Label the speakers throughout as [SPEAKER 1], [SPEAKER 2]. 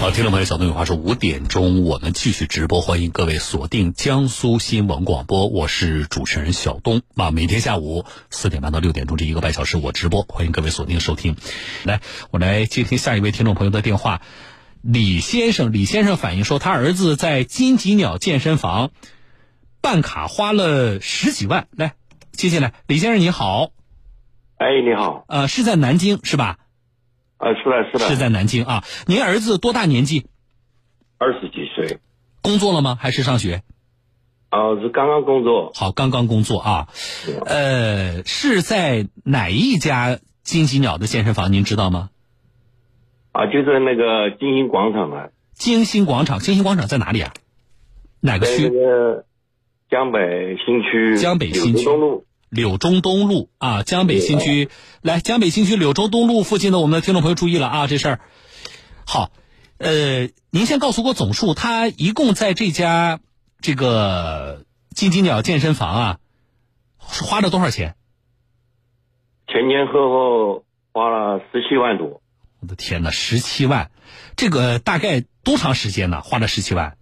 [SPEAKER 1] 好，听众朋友，小东有话说，五点钟我们继续直播，欢迎各位锁定江苏新闻广播，我是主持人小东。啊，每天下午四点半到六点钟这一个半小时我直播，欢迎各位锁定收听。来，我来接听下一位听众朋友的电话，李先生，李先生反映说，他儿子在金吉鸟健身房办卡花了十几万。来，接进来，李先生你好，
[SPEAKER 2] 哎，你好，
[SPEAKER 1] 呃，是在南京是吧？
[SPEAKER 2] 啊，是的，是的，
[SPEAKER 1] 是在南京啊。您儿子多大年纪？
[SPEAKER 2] 二十几岁，
[SPEAKER 1] 工作了吗？还是上学？
[SPEAKER 2] 啊，是刚刚工作，
[SPEAKER 1] 好，刚刚工作啊，呃，是在哪一家金鸡鸟的健身房？您知道吗？
[SPEAKER 2] 啊，就是那个金星广场啊，
[SPEAKER 1] 金星广场，金星广场在哪里啊？哪个
[SPEAKER 2] 在那
[SPEAKER 1] 区？
[SPEAKER 2] 个江北新区，
[SPEAKER 1] 江北新区
[SPEAKER 2] 柳州东路，
[SPEAKER 1] 柳州东路啊，江北新区。来，江北新区柳州东路附近的我们的听众朋友注意了啊，这事儿。好，呃，您先告诉我总数，他一共在这家这个金鸡鸟健身房啊，是花了多少钱？
[SPEAKER 2] 前前后后花了十七万多，
[SPEAKER 1] 我的天呐，十七万，这个大概多长时间呢？花了十七万，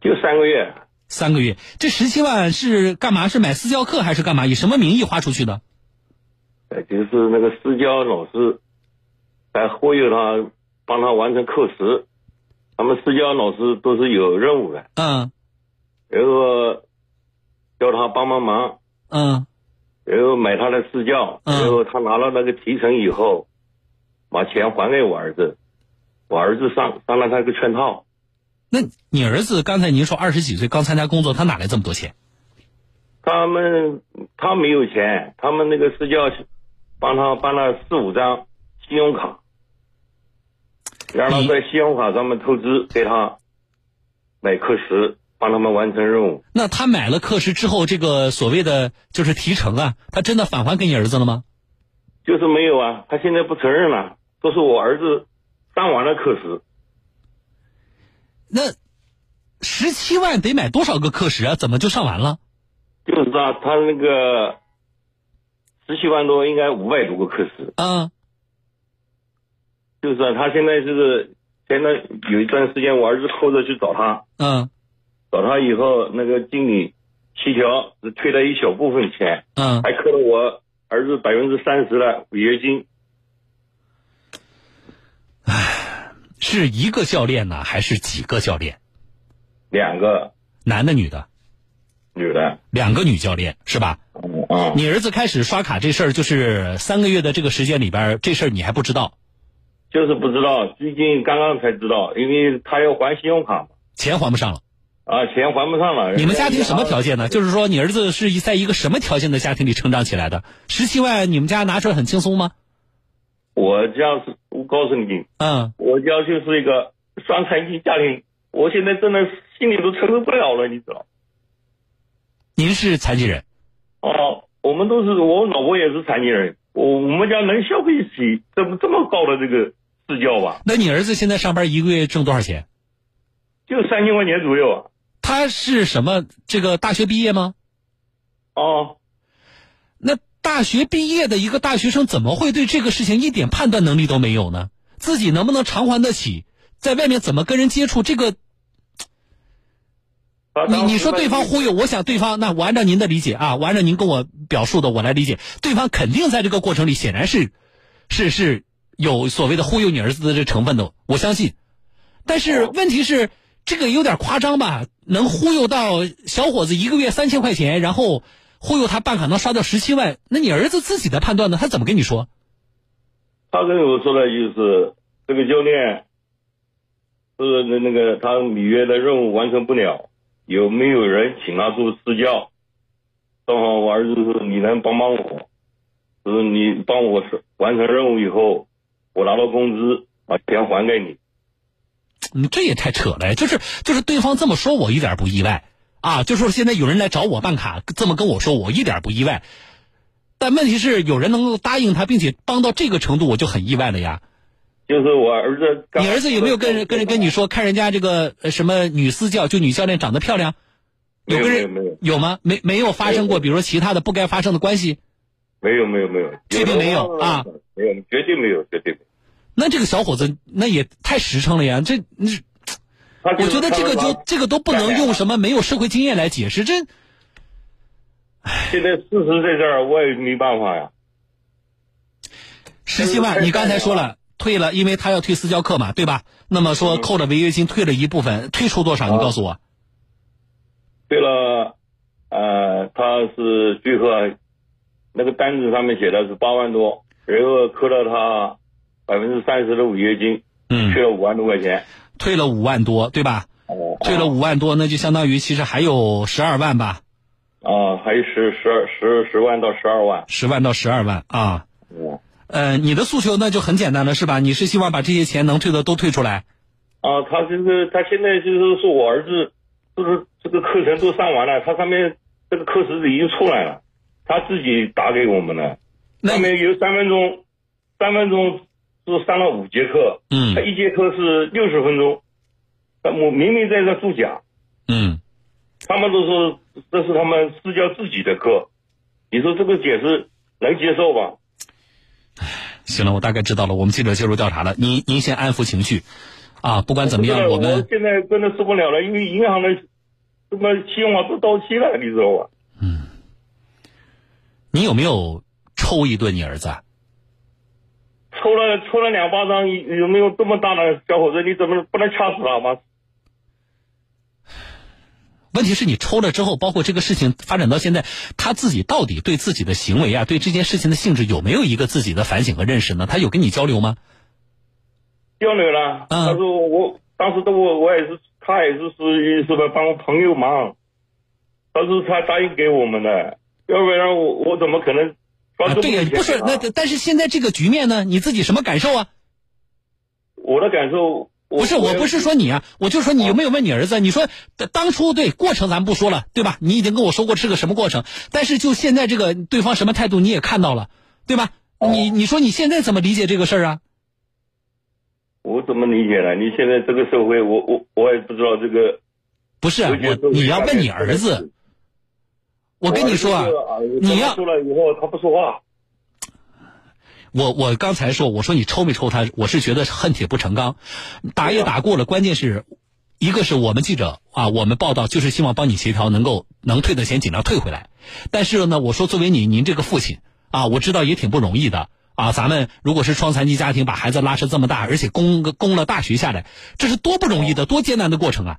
[SPEAKER 2] 就三个月，
[SPEAKER 1] 三个月。这十七万是干嘛？是买私教课还是干嘛？以什么名义花出去的？
[SPEAKER 2] 呃，就是那个私教老师来忽悠他，帮他完成课时，他们私教老师都是有任务的，
[SPEAKER 1] 嗯
[SPEAKER 2] 然后叫他帮帮忙，
[SPEAKER 1] 嗯
[SPEAKER 2] 然后买他的私教，
[SPEAKER 1] 嗯
[SPEAKER 2] 然后他拿了那个提成以后，把钱还给我儿子，我儿子上上了他个圈套，
[SPEAKER 1] 那你儿子刚才您说二十几岁，刚参加工作，他哪来这么多钱？
[SPEAKER 2] 他们他没有钱，他们那个私教帮他办了四五张信用卡，让他
[SPEAKER 1] 你
[SPEAKER 2] 在信用卡上面透支给他买课时，帮他们完成任务。
[SPEAKER 1] 那他买了课时之后，这个所谓的就是提成啊，他真的返还给你儿子了吗？
[SPEAKER 2] 就是没有啊，他现在不承认了，都是我儿子上完了课时，
[SPEAKER 1] 那十七万得买多少个课时啊？怎么就上完了？
[SPEAKER 2] 就是他他那个十七万多，应该五百多个课时。
[SPEAKER 1] 嗯
[SPEAKER 2] 就是啊他现在就是前段有一段时间，我儿子哭着去找他，
[SPEAKER 1] 嗯
[SPEAKER 2] 找他以后，那个经理协调只退了一小部分钱，
[SPEAKER 1] 嗯，
[SPEAKER 2] 还扣了我儿子百分之三十的违约金。
[SPEAKER 1] 是一个教练呢，还是几个教练？
[SPEAKER 2] 两个
[SPEAKER 1] 男的女的？
[SPEAKER 2] 女的，
[SPEAKER 1] 两个女教练是吧？
[SPEAKER 2] 嗯啊，
[SPEAKER 1] 你儿子开始刷卡这事儿，就是三个月的这个时间里边儿，这事儿你还不知道，
[SPEAKER 2] 就是不知道，最近刚刚才知道，因为他要还信用卡嘛，
[SPEAKER 1] 钱还不上了。
[SPEAKER 2] 啊，钱还不上了。
[SPEAKER 1] 你们家庭什么条件呢？就是说，你儿子是一在一个什么条件的家庭里成长起来的？十七万，你们家拿出来很轻松吗？
[SPEAKER 2] 我家是，我告诉你，
[SPEAKER 1] 嗯，
[SPEAKER 2] 我家就是一个双残疾家庭，我现在真的心里都承受不了了，你知道吗。
[SPEAKER 1] 您是残疾人，
[SPEAKER 2] 哦，我们都是，我老婆也是残疾人，我我们家能消费得起这么这么高的这个私教吧？
[SPEAKER 1] 那你儿子现在上班一个月挣多少钱？
[SPEAKER 2] 就三千块钱左右
[SPEAKER 1] 他是什么？这个大学毕业吗？
[SPEAKER 2] 啊。哦，
[SPEAKER 1] 那大学毕业的一个大学生怎么会对这个事情一点判断能力都没有呢？自己能不能偿还得起？在外面怎么跟人接触？这个
[SPEAKER 2] 他
[SPEAKER 1] 你
[SPEAKER 2] 当时
[SPEAKER 1] 你说对方忽悠，我想对方，那我按照您的理解啊，我按照您跟我表述的，我来理解，对方肯定在这个过程里显然是，是是有所谓的忽悠你儿子的这成分的，我相信。但是
[SPEAKER 2] 哦
[SPEAKER 1] 问题是，这个有点夸张吧？能忽悠到小伙子一个月三千块钱，然后忽悠他办卡能刷到十七万，那你儿子自己的判断呢？他怎么跟你说？
[SPEAKER 2] 他跟我说的就是这个教练是那那个他履约的任务完成不了，有没有人请他做私教？正好我儿子说你能帮帮我，就是你帮我完成任务以后，我拿到工资把钱还给你。
[SPEAKER 1] 你这也太扯了，就是就是对方这么说，我一点不意外啊。就说现在有人来找我办卡，这么跟我说，我一点不意外。但问题是，有人能够答应他，并且帮到这个程度，我就很意外了呀。
[SPEAKER 2] 就是我儿子刚，
[SPEAKER 1] 你儿子有没有跟人跟人跟你说，看人家这个呃什么女私教，就女教练长得漂亮，
[SPEAKER 2] 没有
[SPEAKER 1] 跟
[SPEAKER 2] 没
[SPEAKER 1] 人
[SPEAKER 2] 有没有
[SPEAKER 1] 有吗？没没有发生过，比如说其他的不该发生的关系。
[SPEAKER 2] 没有没有没有，
[SPEAKER 1] 确定没有
[SPEAKER 2] 的话
[SPEAKER 1] 啊？
[SPEAKER 2] 没有，绝对没有，绝对没有。
[SPEAKER 1] 那这个小伙子那也太实诚了呀！这，你
[SPEAKER 2] 他就
[SPEAKER 1] 我
[SPEAKER 2] 是
[SPEAKER 1] 觉得这个
[SPEAKER 2] 看到
[SPEAKER 1] 就
[SPEAKER 2] 他
[SPEAKER 1] 这个都不能用什么没有社会经验来解释。这
[SPEAKER 2] 现在事实在这儿，我也没办法呀。
[SPEAKER 1] 十七万，你刚才说了嗯退了，因为他要退私教课嘛，对吧？那么说扣了违约金，退了一部分，退出多少？你告诉我。
[SPEAKER 2] 对了，呃，他是最后那个单子上面写的是八万多，然后扣了他百分之三十的违约金，
[SPEAKER 1] 嗯
[SPEAKER 2] 去，了五万多块钱。
[SPEAKER 1] 退了五万多，对吧？
[SPEAKER 2] 哦，
[SPEAKER 1] 退了五万多，那就相当于其实还有十二万吧，
[SPEAKER 2] 啊，还有十十二十十万到十二万。
[SPEAKER 1] 十万到十二万啊。
[SPEAKER 2] 嗯，
[SPEAKER 1] 呃，你的诉求那就很简单了，是吧？你是希望把这些钱能退的都退出来。
[SPEAKER 2] 啊，他就是他现在就是说我儿子，就是这个课程都上完了，他上面这个课时已经出来了，他自己打给我们了。
[SPEAKER 1] 那
[SPEAKER 2] 上面有三分钟，三分钟是上了五节课，
[SPEAKER 1] 嗯
[SPEAKER 2] 他一节课是六十分钟，他我明明在这作假，
[SPEAKER 1] 嗯，
[SPEAKER 2] 他们都说这是他们私教自己的课，你说这个解释能接受吧？
[SPEAKER 1] 行了，我大概知道了。我们记者介入调查了，您您先安抚情绪，啊，不管怎么
[SPEAKER 2] 这
[SPEAKER 1] 样，
[SPEAKER 2] 个
[SPEAKER 1] 我们
[SPEAKER 2] 现在真的受不了了，因为银行的什么信用卡都到期了，你知道吧？
[SPEAKER 1] 你有没有抽一顿你儿子啊？
[SPEAKER 2] 抽了抽了两巴掌，有没有这么大的小伙子？你怎么不能掐死他吗？
[SPEAKER 1] 问题是你抽了之后，包括这个事情发展到现在，他自己到底对自己的行为啊，对这件事情的性质有没有一个自己的反省和认识呢？他有跟你交流吗？
[SPEAKER 2] 交流了。
[SPEAKER 1] 嗯
[SPEAKER 2] 他说我当时都我我也是，他也是是什么帮我朋友忙，他是他答应给我们的，要不然我我怎么可能把
[SPEAKER 1] 啊，
[SPEAKER 2] 这么多
[SPEAKER 1] 对呀、
[SPEAKER 2] 钱给他？
[SPEAKER 1] 不是那，但是现在这个局面呢，你自己什么感受啊？
[SPEAKER 2] 我的感受，
[SPEAKER 1] 不是，我不是说你啊，我就说你有没有问你儿子？你说呃当初对过程咱不说了，对吧？你已经跟我说过是个什么过程，但是就现在这个对方什么态度你也看到了，对吧？你你说你现在怎么理解这个事儿啊？
[SPEAKER 2] 我怎么理解呢？你现在这个社会，我我我也不知道这个。
[SPEAKER 1] 不是啊
[SPEAKER 2] 尤其是
[SPEAKER 1] 我，你要问你儿子，，我跟你说啊，你要
[SPEAKER 2] 说了以后他不说话，
[SPEAKER 1] 我我刚才说，我说你抽没抽他，我是觉得恨铁不成钢，打也打过了，关键是，一个是我们记者啊，我们报道就是希望帮你协调，能够能退的钱尽量退回来。但是呢，我说作为你您这个父亲啊，我知道也挺不容易的啊。咱们如果是双残疾家庭，把孩子拉扯这么大，而且供供了大学下来，这是多不容易的，多艰难的过程啊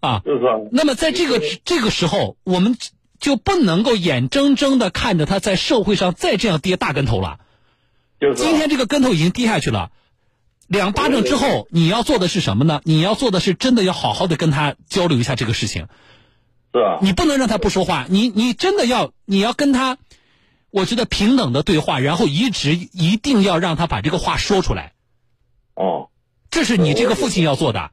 [SPEAKER 1] 啊！
[SPEAKER 2] 就是啊
[SPEAKER 1] 那么在这个这个时候，我们就不能够眼睁睁的看着他在社会上再这样跌大跟头了。
[SPEAKER 2] 就是啊
[SPEAKER 1] 今天这个跟头已经低下去了，两巴掌之后，你要做的是什么呢？你要做的是真的要好好的跟他交流一下这个事情，
[SPEAKER 2] 是啊，
[SPEAKER 1] 你不能让他不说话，你你真的要你要跟他，我觉得平等的对话，然后一直一定要让他把这个话说出来，
[SPEAKER 2] 哦
[SPEAKER 1] 这是你这个父亲要做的，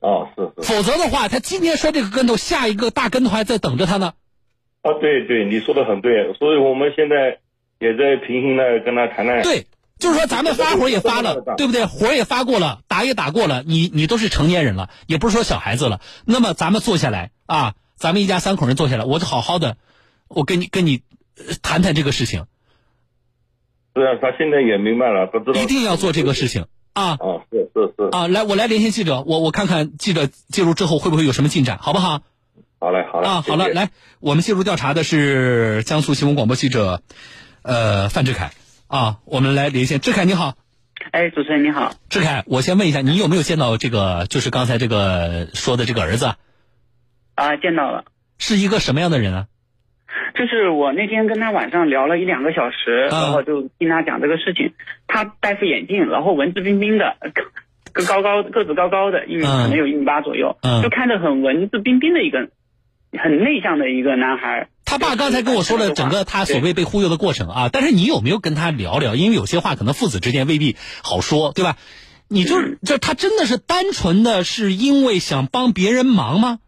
[SPEAKER 2] 哦是是
[SPEAKER 1] 否则的话，他今天摔这个跟头，下一个大跟头还在等着他呢。
[SPEAKER 2] 啊，对对，你说的很对，所以我们现在也在平行的跟他谈 谈。
[SPEAKER 1] 对，就是说咱们发火也发 了，对不对？火也发过了，打也打过了，你你都是成年人了，也不是说小孩子了。那么咱们坐下来啊，咱们一家三口人坐下来，我就好好的，我跟你跟你呃谈谈这个事情，
[SPEAKER 2] 是啊，他现在也明白了，他知道
[SPEAKER 1] 一定要做这个事情啊
[SPEAKER 2] 啊，是是是，
[SPEAKER 1] 啊！来，我来联系记者，我我看看记者介入之后会不会有什么进展，好不好？
[SPEAKER 2] 好嘞好嘞
[SPEAKER 1] 啊，
[SPEAKER 2] 谢谢
[SPEAKER 1] 好了，来，我们介入调查的是江苏新闻广播记者，呃，范志凯啊，我们来连线，志凯你好。
[SPEAKER 3] 哎，主持人你好，
[SPEAKER 1] 志凯，我先问一下，你有没有见到这个，就是刚才这个说的这个儿子啊，
[SPEAKER 3] 啊、见到了，
[SPEAKER 1] 是一个什么样的人啊？
[SPEAKER 3] 就是我那天跟他晚上聊了一两个小时，
[SPEAKER 1] 啊
[SPEAKER 3] 然后就听他讲这个事情。他戴副眼镜，然后文质彬彬的，个高高个子高高的，一米
[SPEAKER 1] 嗯
[SPEAKER 3] 可能有一米八左右，
[SPEAKER 1] 嗯
[SPEAKER 3] 就看着很文质彬彬的一个，很内向的一个男孩。
[SPEAKER 1] 他爸刚才跟我说了整个他所谓被忽悠的过程啊，但是你有没有跟他聊聊？因为有些话可能父子之间未必好说，对吧？你就是就他真的是单纯的是因为想帮别人忙吗？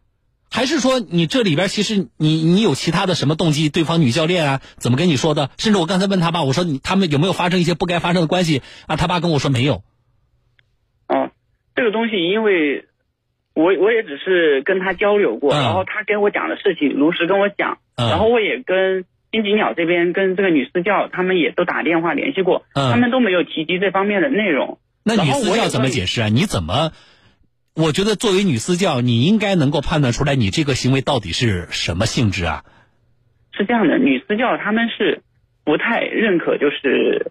[SPEAKER 1] 还是说你这里边其实你你有其他的什么动机？对方女教练啊怎么跟你说的？甚至我刚才问他爸，我说你他们有没有发生一些不该发生的关系啊？他爸跟我说没有。
[SPEAKER 3] 哦，这个东西因为我我也只是跟他交流过，
[SPEAKER 1] 嗯
[SPEAKER 3] 然后他跟我讲的事情如实跟我讲，
[SPEAKER 1] 嗯
[SPEAKER 3] 然后我也跟金吉鸟这边跟这个女私教他们也都打电话联系过，
[SPEAKER 1] 嗯
[SPEAKER 3] 他们都没有提及这方面的内容。
[SPEAKER 1] 那
[SPEAKER 3] 然
[SPEAKER 1] 女
[SPEAKER 3] 后
[SPEAKER 1] 私
[SPEAKER 3] 我也
[SPEAKER 1] 教怎么
[SPEAKER 3] 会
[SPEAKER 1] 解释啊？你怎么？我觉得作为女私教，你应该能够判断出来你这个行为到底是什么性质啊？
[SPEAKER 3] 是这样的，女私教他们是不太认可就是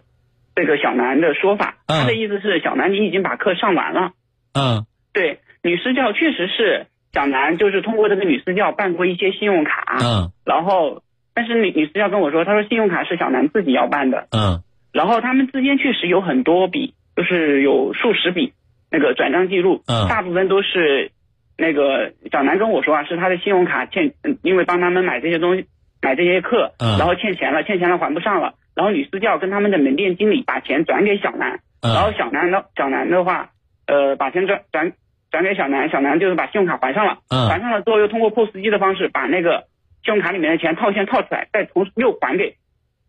[SPEAKER 3] 这个小南的说法，
[SPEAKER 1] 嗯
[SPEAKER 3] 他的意思是小南你已经把课上完了。
[SPEAKER 1] 嗯
[SPEAKER 3] 对，女私教确实是小南就是通过这个女私教办过一些信用卡，
[SPEAKER 1] 嗯
[SPEAKER 3] 然后但是女女私教跟我说，她说信用卡是小南自己要办的，
[SPEAKER 1] 嗯
[SPEAKER 3] 然后他们之间确实有很多笔，就是有数十笔那个转账记录，
[SPEAKER 1] 嗯
[SPEAKER 3] 大部分都是那个小南跟我说啊，是他的信用卡欠，嗯因为帮他们买这些东西，买这些课，
[SPEAKER 1] 嗯
[SPEAKER 3] 然后欠钱了，欠钱了还不上了，然后女私教跟他们的门店经理把钱转给小南，然后
[SPEAKER 1] 嗯
[SPEAKER 3] 小南的小南的话，呃，把钱转转转给小南，小南就是把信用卡还上了，还
[SPEAKER 1] 嗯
[SPEAKER 3] 上了之后又通过 POS 机的方式把那个信用卡里面的钱套现套出来，再同时又还给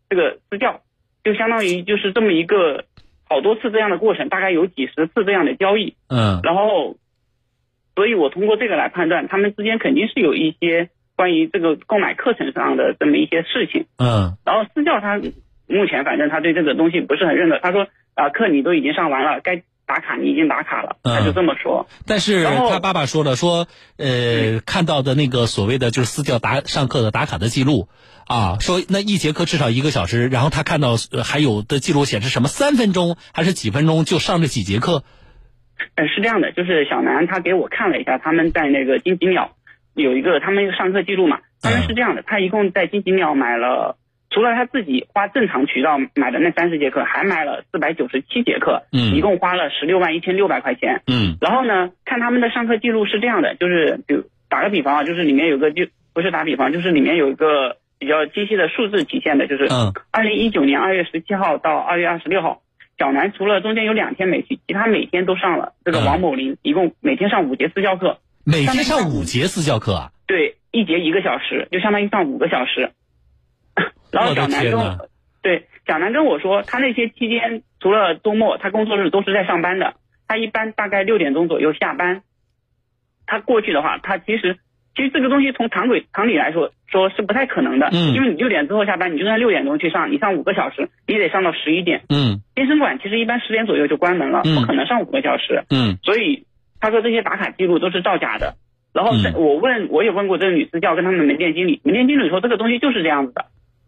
[SPEAKER 3] 这个私教，就相当于就是这么一个好多次这样的过程，大概有几十次这样的交易，
[SPEAKER 1] 嗯
[SPEAKER 3] 然后，所以我通过这个来判断，他们之间肯定是有一些关于这个购买课程上的这么一些事情。
[SPEAKER 1] 嗯
[SPEAKER 3] 然后私教他目前反正他对这个东西不是很认可，他说啊、课你都已经上完了，该打卡你已经打卡了，
[SPEAKER 1] 嗯
[SPEAKER 3] 他就这么说。
[SPEAKER 1] 但是
[SPEAKER 3] 然后嗯
[SPEAKER 1] 他爸爸说了，说呃看到的那个所谓的就是私教打上课的打卡的记录啊，说那一节课至少一个小时，然后他看到呃还有的记录显示什么三分钟还是几分钟就上这几节课，
[SPEAKER 3] 呃，是这样的，就是小南他给我看了一下，他们在那个金吉秒有一个他们上课记录嘛，他们是这样的，他一共在金吉秒买了，除了他自己花正常渠道买的那三十节课，还买了四百九十七节课，
[SPEAKER 1] 嗯
[SPEAKER 3] 一共花了十六万一千六百块钱。
[SPEAKER 1] 嗯
[SPEAKER 3] 然后呢，看他们的上课记录是这样的，就是比如打个比方啊，就是里面有个就不是打比方，就是里面有一个比较清晰的数字体现的，就是
[SPEAKER 1] 嗯
[SPEAKER 3] 二零一九年二月十七号到二月二十六号，小南除了中间有两天没去，其他每天都上了。这个
[SPEAKER 1] 嗯
[SPEAKER 3] 王某林一共每天上五节私教课，
[SPEAKER 1] 每天
[SPEAKER 3] 上面
[SPEAKER 1] 上
[SPEAKER 3] 看
[SPEAKER 1] 五节私教课啊，
[SPEAKER 3] 对，一节一个小时，就相当于上五个小时。然后
[SPEAKER 1] 我的
[SPEAKER 3] 小南
[SPEAKER 1] 天
[SPEAKER 3] 跟
[SPEAKER 1] 哪
[SPEAKER 3] 我对小南跟我说，他那些期间除了周末，他工作日都是在上班的。他一般大概六点钟左右下班。他过去的话，他其实其实这个东西从常规常理来说说是不太可能的，
[SPEAKER 1] 嗯
[SPEAKER 3] 因为你六点之后下班，你就算六点钟去上，你上五个小时，你得上到十一点。
[SPEAKER 1] 嗯
[SPEAKER 3] 健身馆其实一般十点左右就关门了，
[SPEAKER 1] 嗯
[SPEAKER 3] 不可能上五个小时。
[SPEAKER 1] 嗯
[SPEAKER 3] 所以他说这些打卡记录都是造假的。然后这
[SPEAKER 1] 嗯
[SPEAKER 3] 我问，我也问过这个女私教跟他们的门店经理，门店经理说这个东西就是这样子的，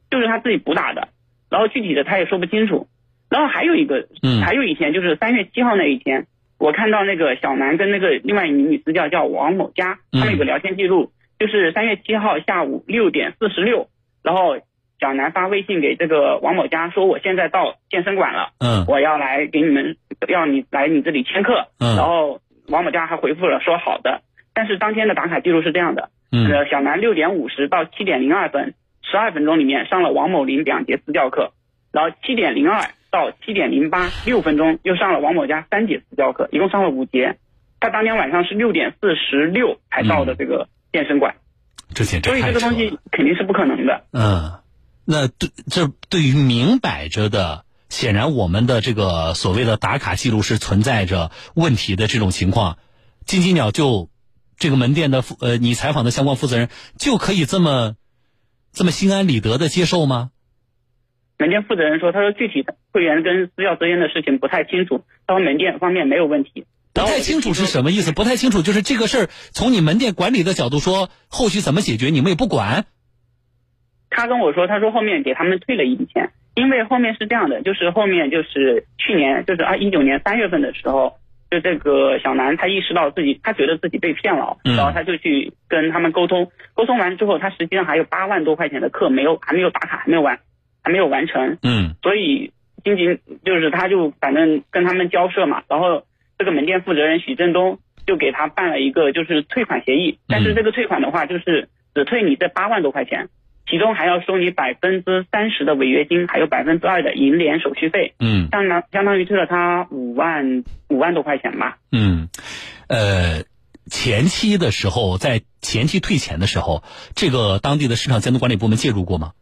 [SPEAKER 3] 就是他自己补打的，然后具体的他也说不清楚。然后还有一个，
[SPEAKER 1] 嗯
[SPEAKER 3] 还有一天就是三月七号那一天，我看到那个小南跟那个另外一名女私教叫王某佳，
[SPEAKER 1] 嗯
[SPEAKER 3] 他们有个聊天记录，就是三月七号下午六点四十六，然后小南发微信给这个王某佳说我现在到健身馆了。
[SPEAKER 1] 嗯
[SPEAKER 3] 我要来给你们，要你来你这里签课。
[SPEAKER 1] 嗯
[SPEAKER 3] 然后王某佳还回复了说好的，但是当天的打卡记录是这样的：
[SPEAKER 1] 嗯
[SPEAKER 3] 呃，小南六点五十到七点零二分，十二分钟里面上了王某林两节私教课，然后七点零二到七点零八六分钟又上了王某家三节私教课，一共上了五节。他当天晚上是六点四十六才到的这个健身
[SPEAKER 1] 嗯
[SPEAKER 3] 馆，
[SPEAKER 1] 这简直
[SPEAKER 3] 所以
[SPEAKER 1] 太
[SPEAKER 3] 这
[SPEAKER 1] 扯
[SPEAKER 3] 个东
[SPEAKER 1] 了。
[SPEAKER 3] 西肯定是不可能的。
[SPEAKER 1] 嗯，那对这对于明摆着的，显然我们的这个所谓的打卡记录是存在着问题的这种情况，金鸡鸟就这个门店的负呃，你采访的相关负责人就可以这么这么心安理得的接受吗？
[SPEAKER 3] 门店负责人说，他说具体的会员跟私教之间的事情不太清楚，他说门店方面没有问题。
[SPEAKER 1] 不
[SPEAKER 3] 然后
[SPEAKER 1] 太
[SPEAKER 3] 我就
[SPEAKER 1] 清楚
[SPEAKER 3] 提出
[SPEAKER 1] 是什么意思，不太清楚就是这个事儿从你门店管理的角度说，后续怎么解决你们也不管。
[SPEAKER 3] 他跟我说，他说后面给他们退了一笔钱，因为后面是这样的，就是后面就是去年就是啊二一九年三月份的时候，就这个小南他意识到自己，他觉得自己被骗了，
[SPEAKER 1] 嗯
[SPEAKER 3] 然后他就去跟他们沟通，沟通完之后，他实际上还有八万多块钱的课没有还没有打卡，还没有完，还没有完成，
[SPEAKER 1] 嗯
[SPEAKER 3] 所以金仅就是他就反正跟他们交涉嘛，然后这个门店负责人许振东就给他办了一个就是退款协议，但是这个退款的话就是只退你这八万多块钱，其中还要收你百分之三十的违约金，还有百分之二的银联手续费，
[SPEAKER 1] 嗯。
[SPEAKER 3] 相当相当于退了他五万五万多块钱吧。
[SPEAKER 1] 嗯，呃，前期的时候，在前期退钱的时候，这个当地的市场监督管理部门介入过吗？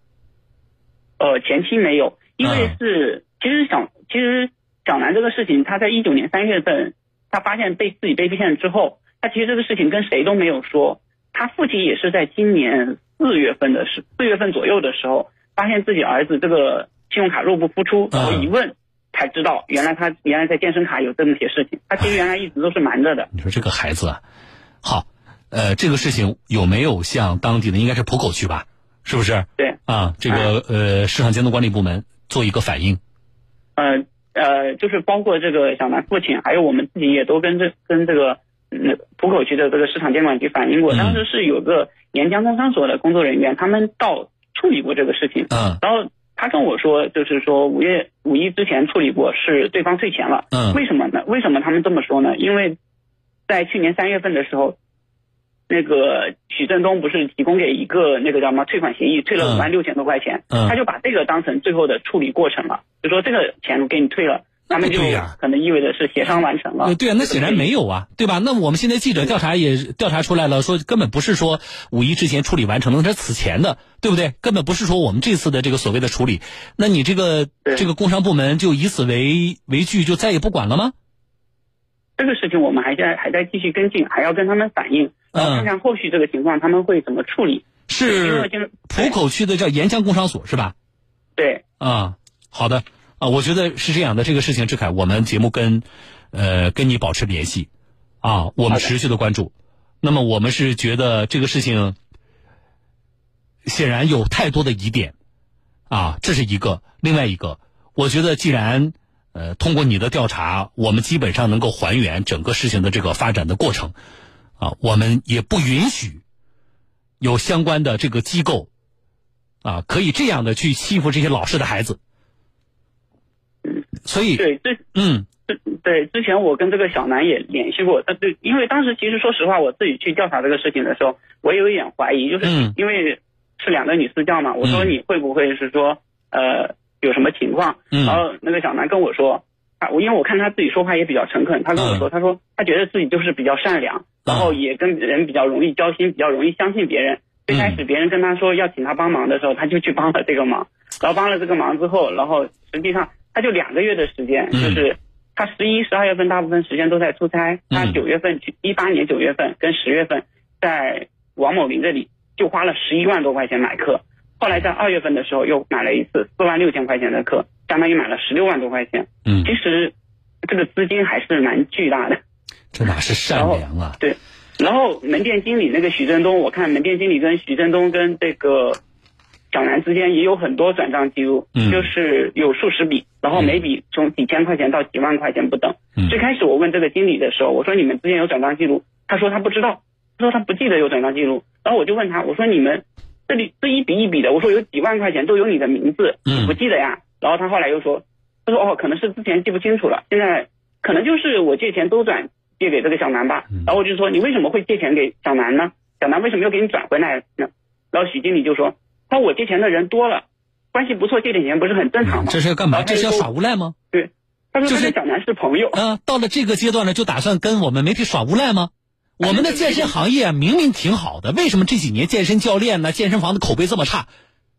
[SPEAKER 3] 呃，前期没有，因为
[SPEAKER 1] 嗯
[SPEAKER 3] 是、其实小其实小南这个事情，他在一九年三月份，他发现被自己被骗之后，他其实这个事情跟谁都没有说。他父亲也是在今年四月份的时四月份左右的时候，发现自己儿子这个信用卡入不敷出，然后一问，才知道原来他原来在健身卡有这么些事情，他其实原来一直都是瞒着的。
[SPEAKER 1] 你说这个孩子啊，好，呃，这个事情有没有向当地的应该是浦口区吧？是不是？
[SPEAKER 3] 对，
[SPEAKER 1] 啊，这个呃市场监督管理部门做一个反应。
[SPEAKER 3] 呃呃，就是包括这个小南父亲，还有我们自己也都跟这跟这个嗯浦口区的这个市场监管局反映过，
[SPEAKER 1] 嗯
[SPEAKER 3] 当时是有个沿江工商所的工作人员，他们到处理过这个事情，
[SPEAKER 1] 嗯
[SPEAKER 3] 然后他跟我说，就是说五月五一之前处理过，是对方退钱了。
[SPEAKER 1] 嗯
[SPEAKER 3] 为什么呢？为什么他们这么说呢？因为在去年三月份的时候，那个许振东不是提供给一个那个叫什么退款协议，退了
[SPEAKER 1] 嗯
[SPEAKER 3] 五万六千多块钱，他
[SPEAKER 1] 嗯，
[SPEAKER 3] 就把这个当成最后的处理过程了，就说这个钱给你退了，咱们就
[SPEAKER 1] 那对呀
[SPEAKER 3] 可能意味着是协商完成了
[SPEAKER 1] 呃，。对啊，那显然没有啊，对吧？那我们现在记者调查也调查出来了，说根本不是说五一之前处理完成的，那是此前的，对不对？根本不是说我们这次的这个所谓的处理。那你这个
[SPEAKER 3] 对
[SPEAKER 1] 这个工商部门就以此为为据，就再也不管了吗？
[SPEAKER 3] 这个事情我们还在还在继续跟进，还要跟他们反映，
[SPEAKER 1] 嗯
[SPEAKER 3] 然后看看后续这个情况他们会怎么处理。因为
[SPEAKER 1] 是
[SPEAKER 3] 现在
[SPEAKER 1] 浦口区的叫沿江工商所是吧？
[SPEAKER 3] 对。
[SPEAKER 1] 啊，好的啊，我觉得是这样的，这个事情，志凯，我们节目跟呃跟你保持联系啊，我们
[SPEAKER 3] 好的
[SPEAKER 1] 持续的关注。那么我们是觉得这个事情显然有太多的疑点啊，这是一个，另外一个，我觉得既然呃通过你的调查，我们基本上能够还原整个事情的这个发展的过程啊，我们也不允许有相关的这个机构啊，可以这样的去欺负这些老实的孩子。所以，
[SPEAKER 3] 嗯对，之
[SPEAKER 1] 嗯
[SPEAKER 3] 对之前我跟这个小南也联系过，但对，因为当时其实说实话，我自己去调查这个事情的时候，我有一点怀疑，就是
[SPEAKER 1] 嗯
[SPEAKER 3] 因为是两个女私教嘛，我说
[SPEAKER 1] 嗯
[SPEAKER 3] 你会不会是说呃有什么情况？然
[SPEAKER 1] 嗯
[SPEAKER 3] 后那个小南跟我说，啊，我因为我看他自己说话也比较诚恳，他跟我
[SPEAKER 1] 嗯
[SPEAKER 3] 说，他说他觉得自己就是比较善良，然后也跟人比较容易交心，比较容易相信别人。
[SPEAKER 1] 嗯
[SPEAKER 3] 最开始别人跟他说要请他帮忙的时候，他就去帮了这个忙，然后帮了这个忙之后，然后实际上他就两个月的时间，
[SPEAKER 1] 嗯
[SPEAKER 3] 就是他十一、十二月份大部分时间都在出差，他
[SPEAKER 1] 嗯
[SPEAKER 3] 九月份去一八年九月份跟十月份在王某林这里就花了十一万多块钱买课，后来在二月份的时候又买了一次四万六千块钱的课，相当于买了十六万多块钱。
[SPEAKER 1] 嗯
[SPEAKER 3] 其，实这个资金还是蛮巨大的。
[SPEAKER 1] 这哪是善良啊？
[SPEAKER 3] 然后门店经理那个许振东，我看门店经理跟许振东跟这个小南之间也有很多转账记录，
[SPEAKER 1] 嗯
[SPEAKER 3] 就是有数十笔，然后每笔从几千块钱到几万块钱不等。
[SPEAKER 1] 嗯
[SPEAKER 3] 最开始我问这个经理的时候，我说你们之间有转账记录，他说他不知道，他说他不记得有转账记录。然后我就问他，我说你们这里这一笔一笔的，我说有几万块钱都有你的名字，
[SPEAKER 1] 嗯
[SPEAKER 3] 你不记得呀？然后他后来又说，他说哦，可能是之前记不清楚了，现在可能就是我借钱都转借给这个小南吧
[SPEAKER 1] 嗯。
[SPEAKER 3] 然后我就说你为什么会借钱给小南呢？小南为什么又给你转回来呢？然后许经理就说，他说我借钱的人多了，关系不错，借点钱不是很正
[SPEAKER 1] 嗯
[SPEAKER 3] 常吗？
[SPEAKER 1] 这是要干嘛？
[SPEAKER 3] 然后他
[SPEAKER 1] 这
[SPEAKER 3] 就是
[SPEAKER 1] 要
[SPEAKER 3] 说
[SPEAKER 1] 耍无赖吗？
[SPEAKER 3] 他说
[SPEAKER 1] 就
[SPEAKER 3] 他
[SPEAKER 1] 是
[SPEAKER 3] 跟小南是朋友。
[SPEAKER 1] 啊，到了这个阶段了，就打算跟我们媒体耍无赖吗？我们的健身行业啊明明挺好的，为什么这几年健身教练呢、健身房的口碑这么差？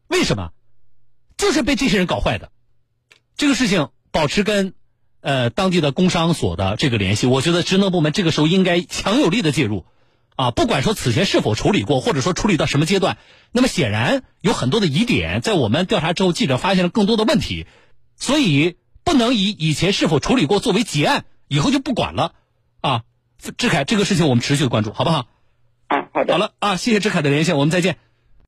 [SPEAKER 1] 为什么？就是被这些人搞坏的。这个事情保持跟呃当地的工商所的这个联系，我觉得职能部门这个时候应该强有力的介入啊，不管说此前是否处理过，或者说处理到什么阶段，那么显然有很多的疑点，在我们调查之后，记者发现了更多的问题，所以不能以以前是否处理过作为结案，以后就不管了啊。志凯，这个事情我们持续的关注，好不好？
[SPEAKER 3] 啊，好的
[SPEAKER 1] 好。了啊，谢谢志凯的连线，我们再见。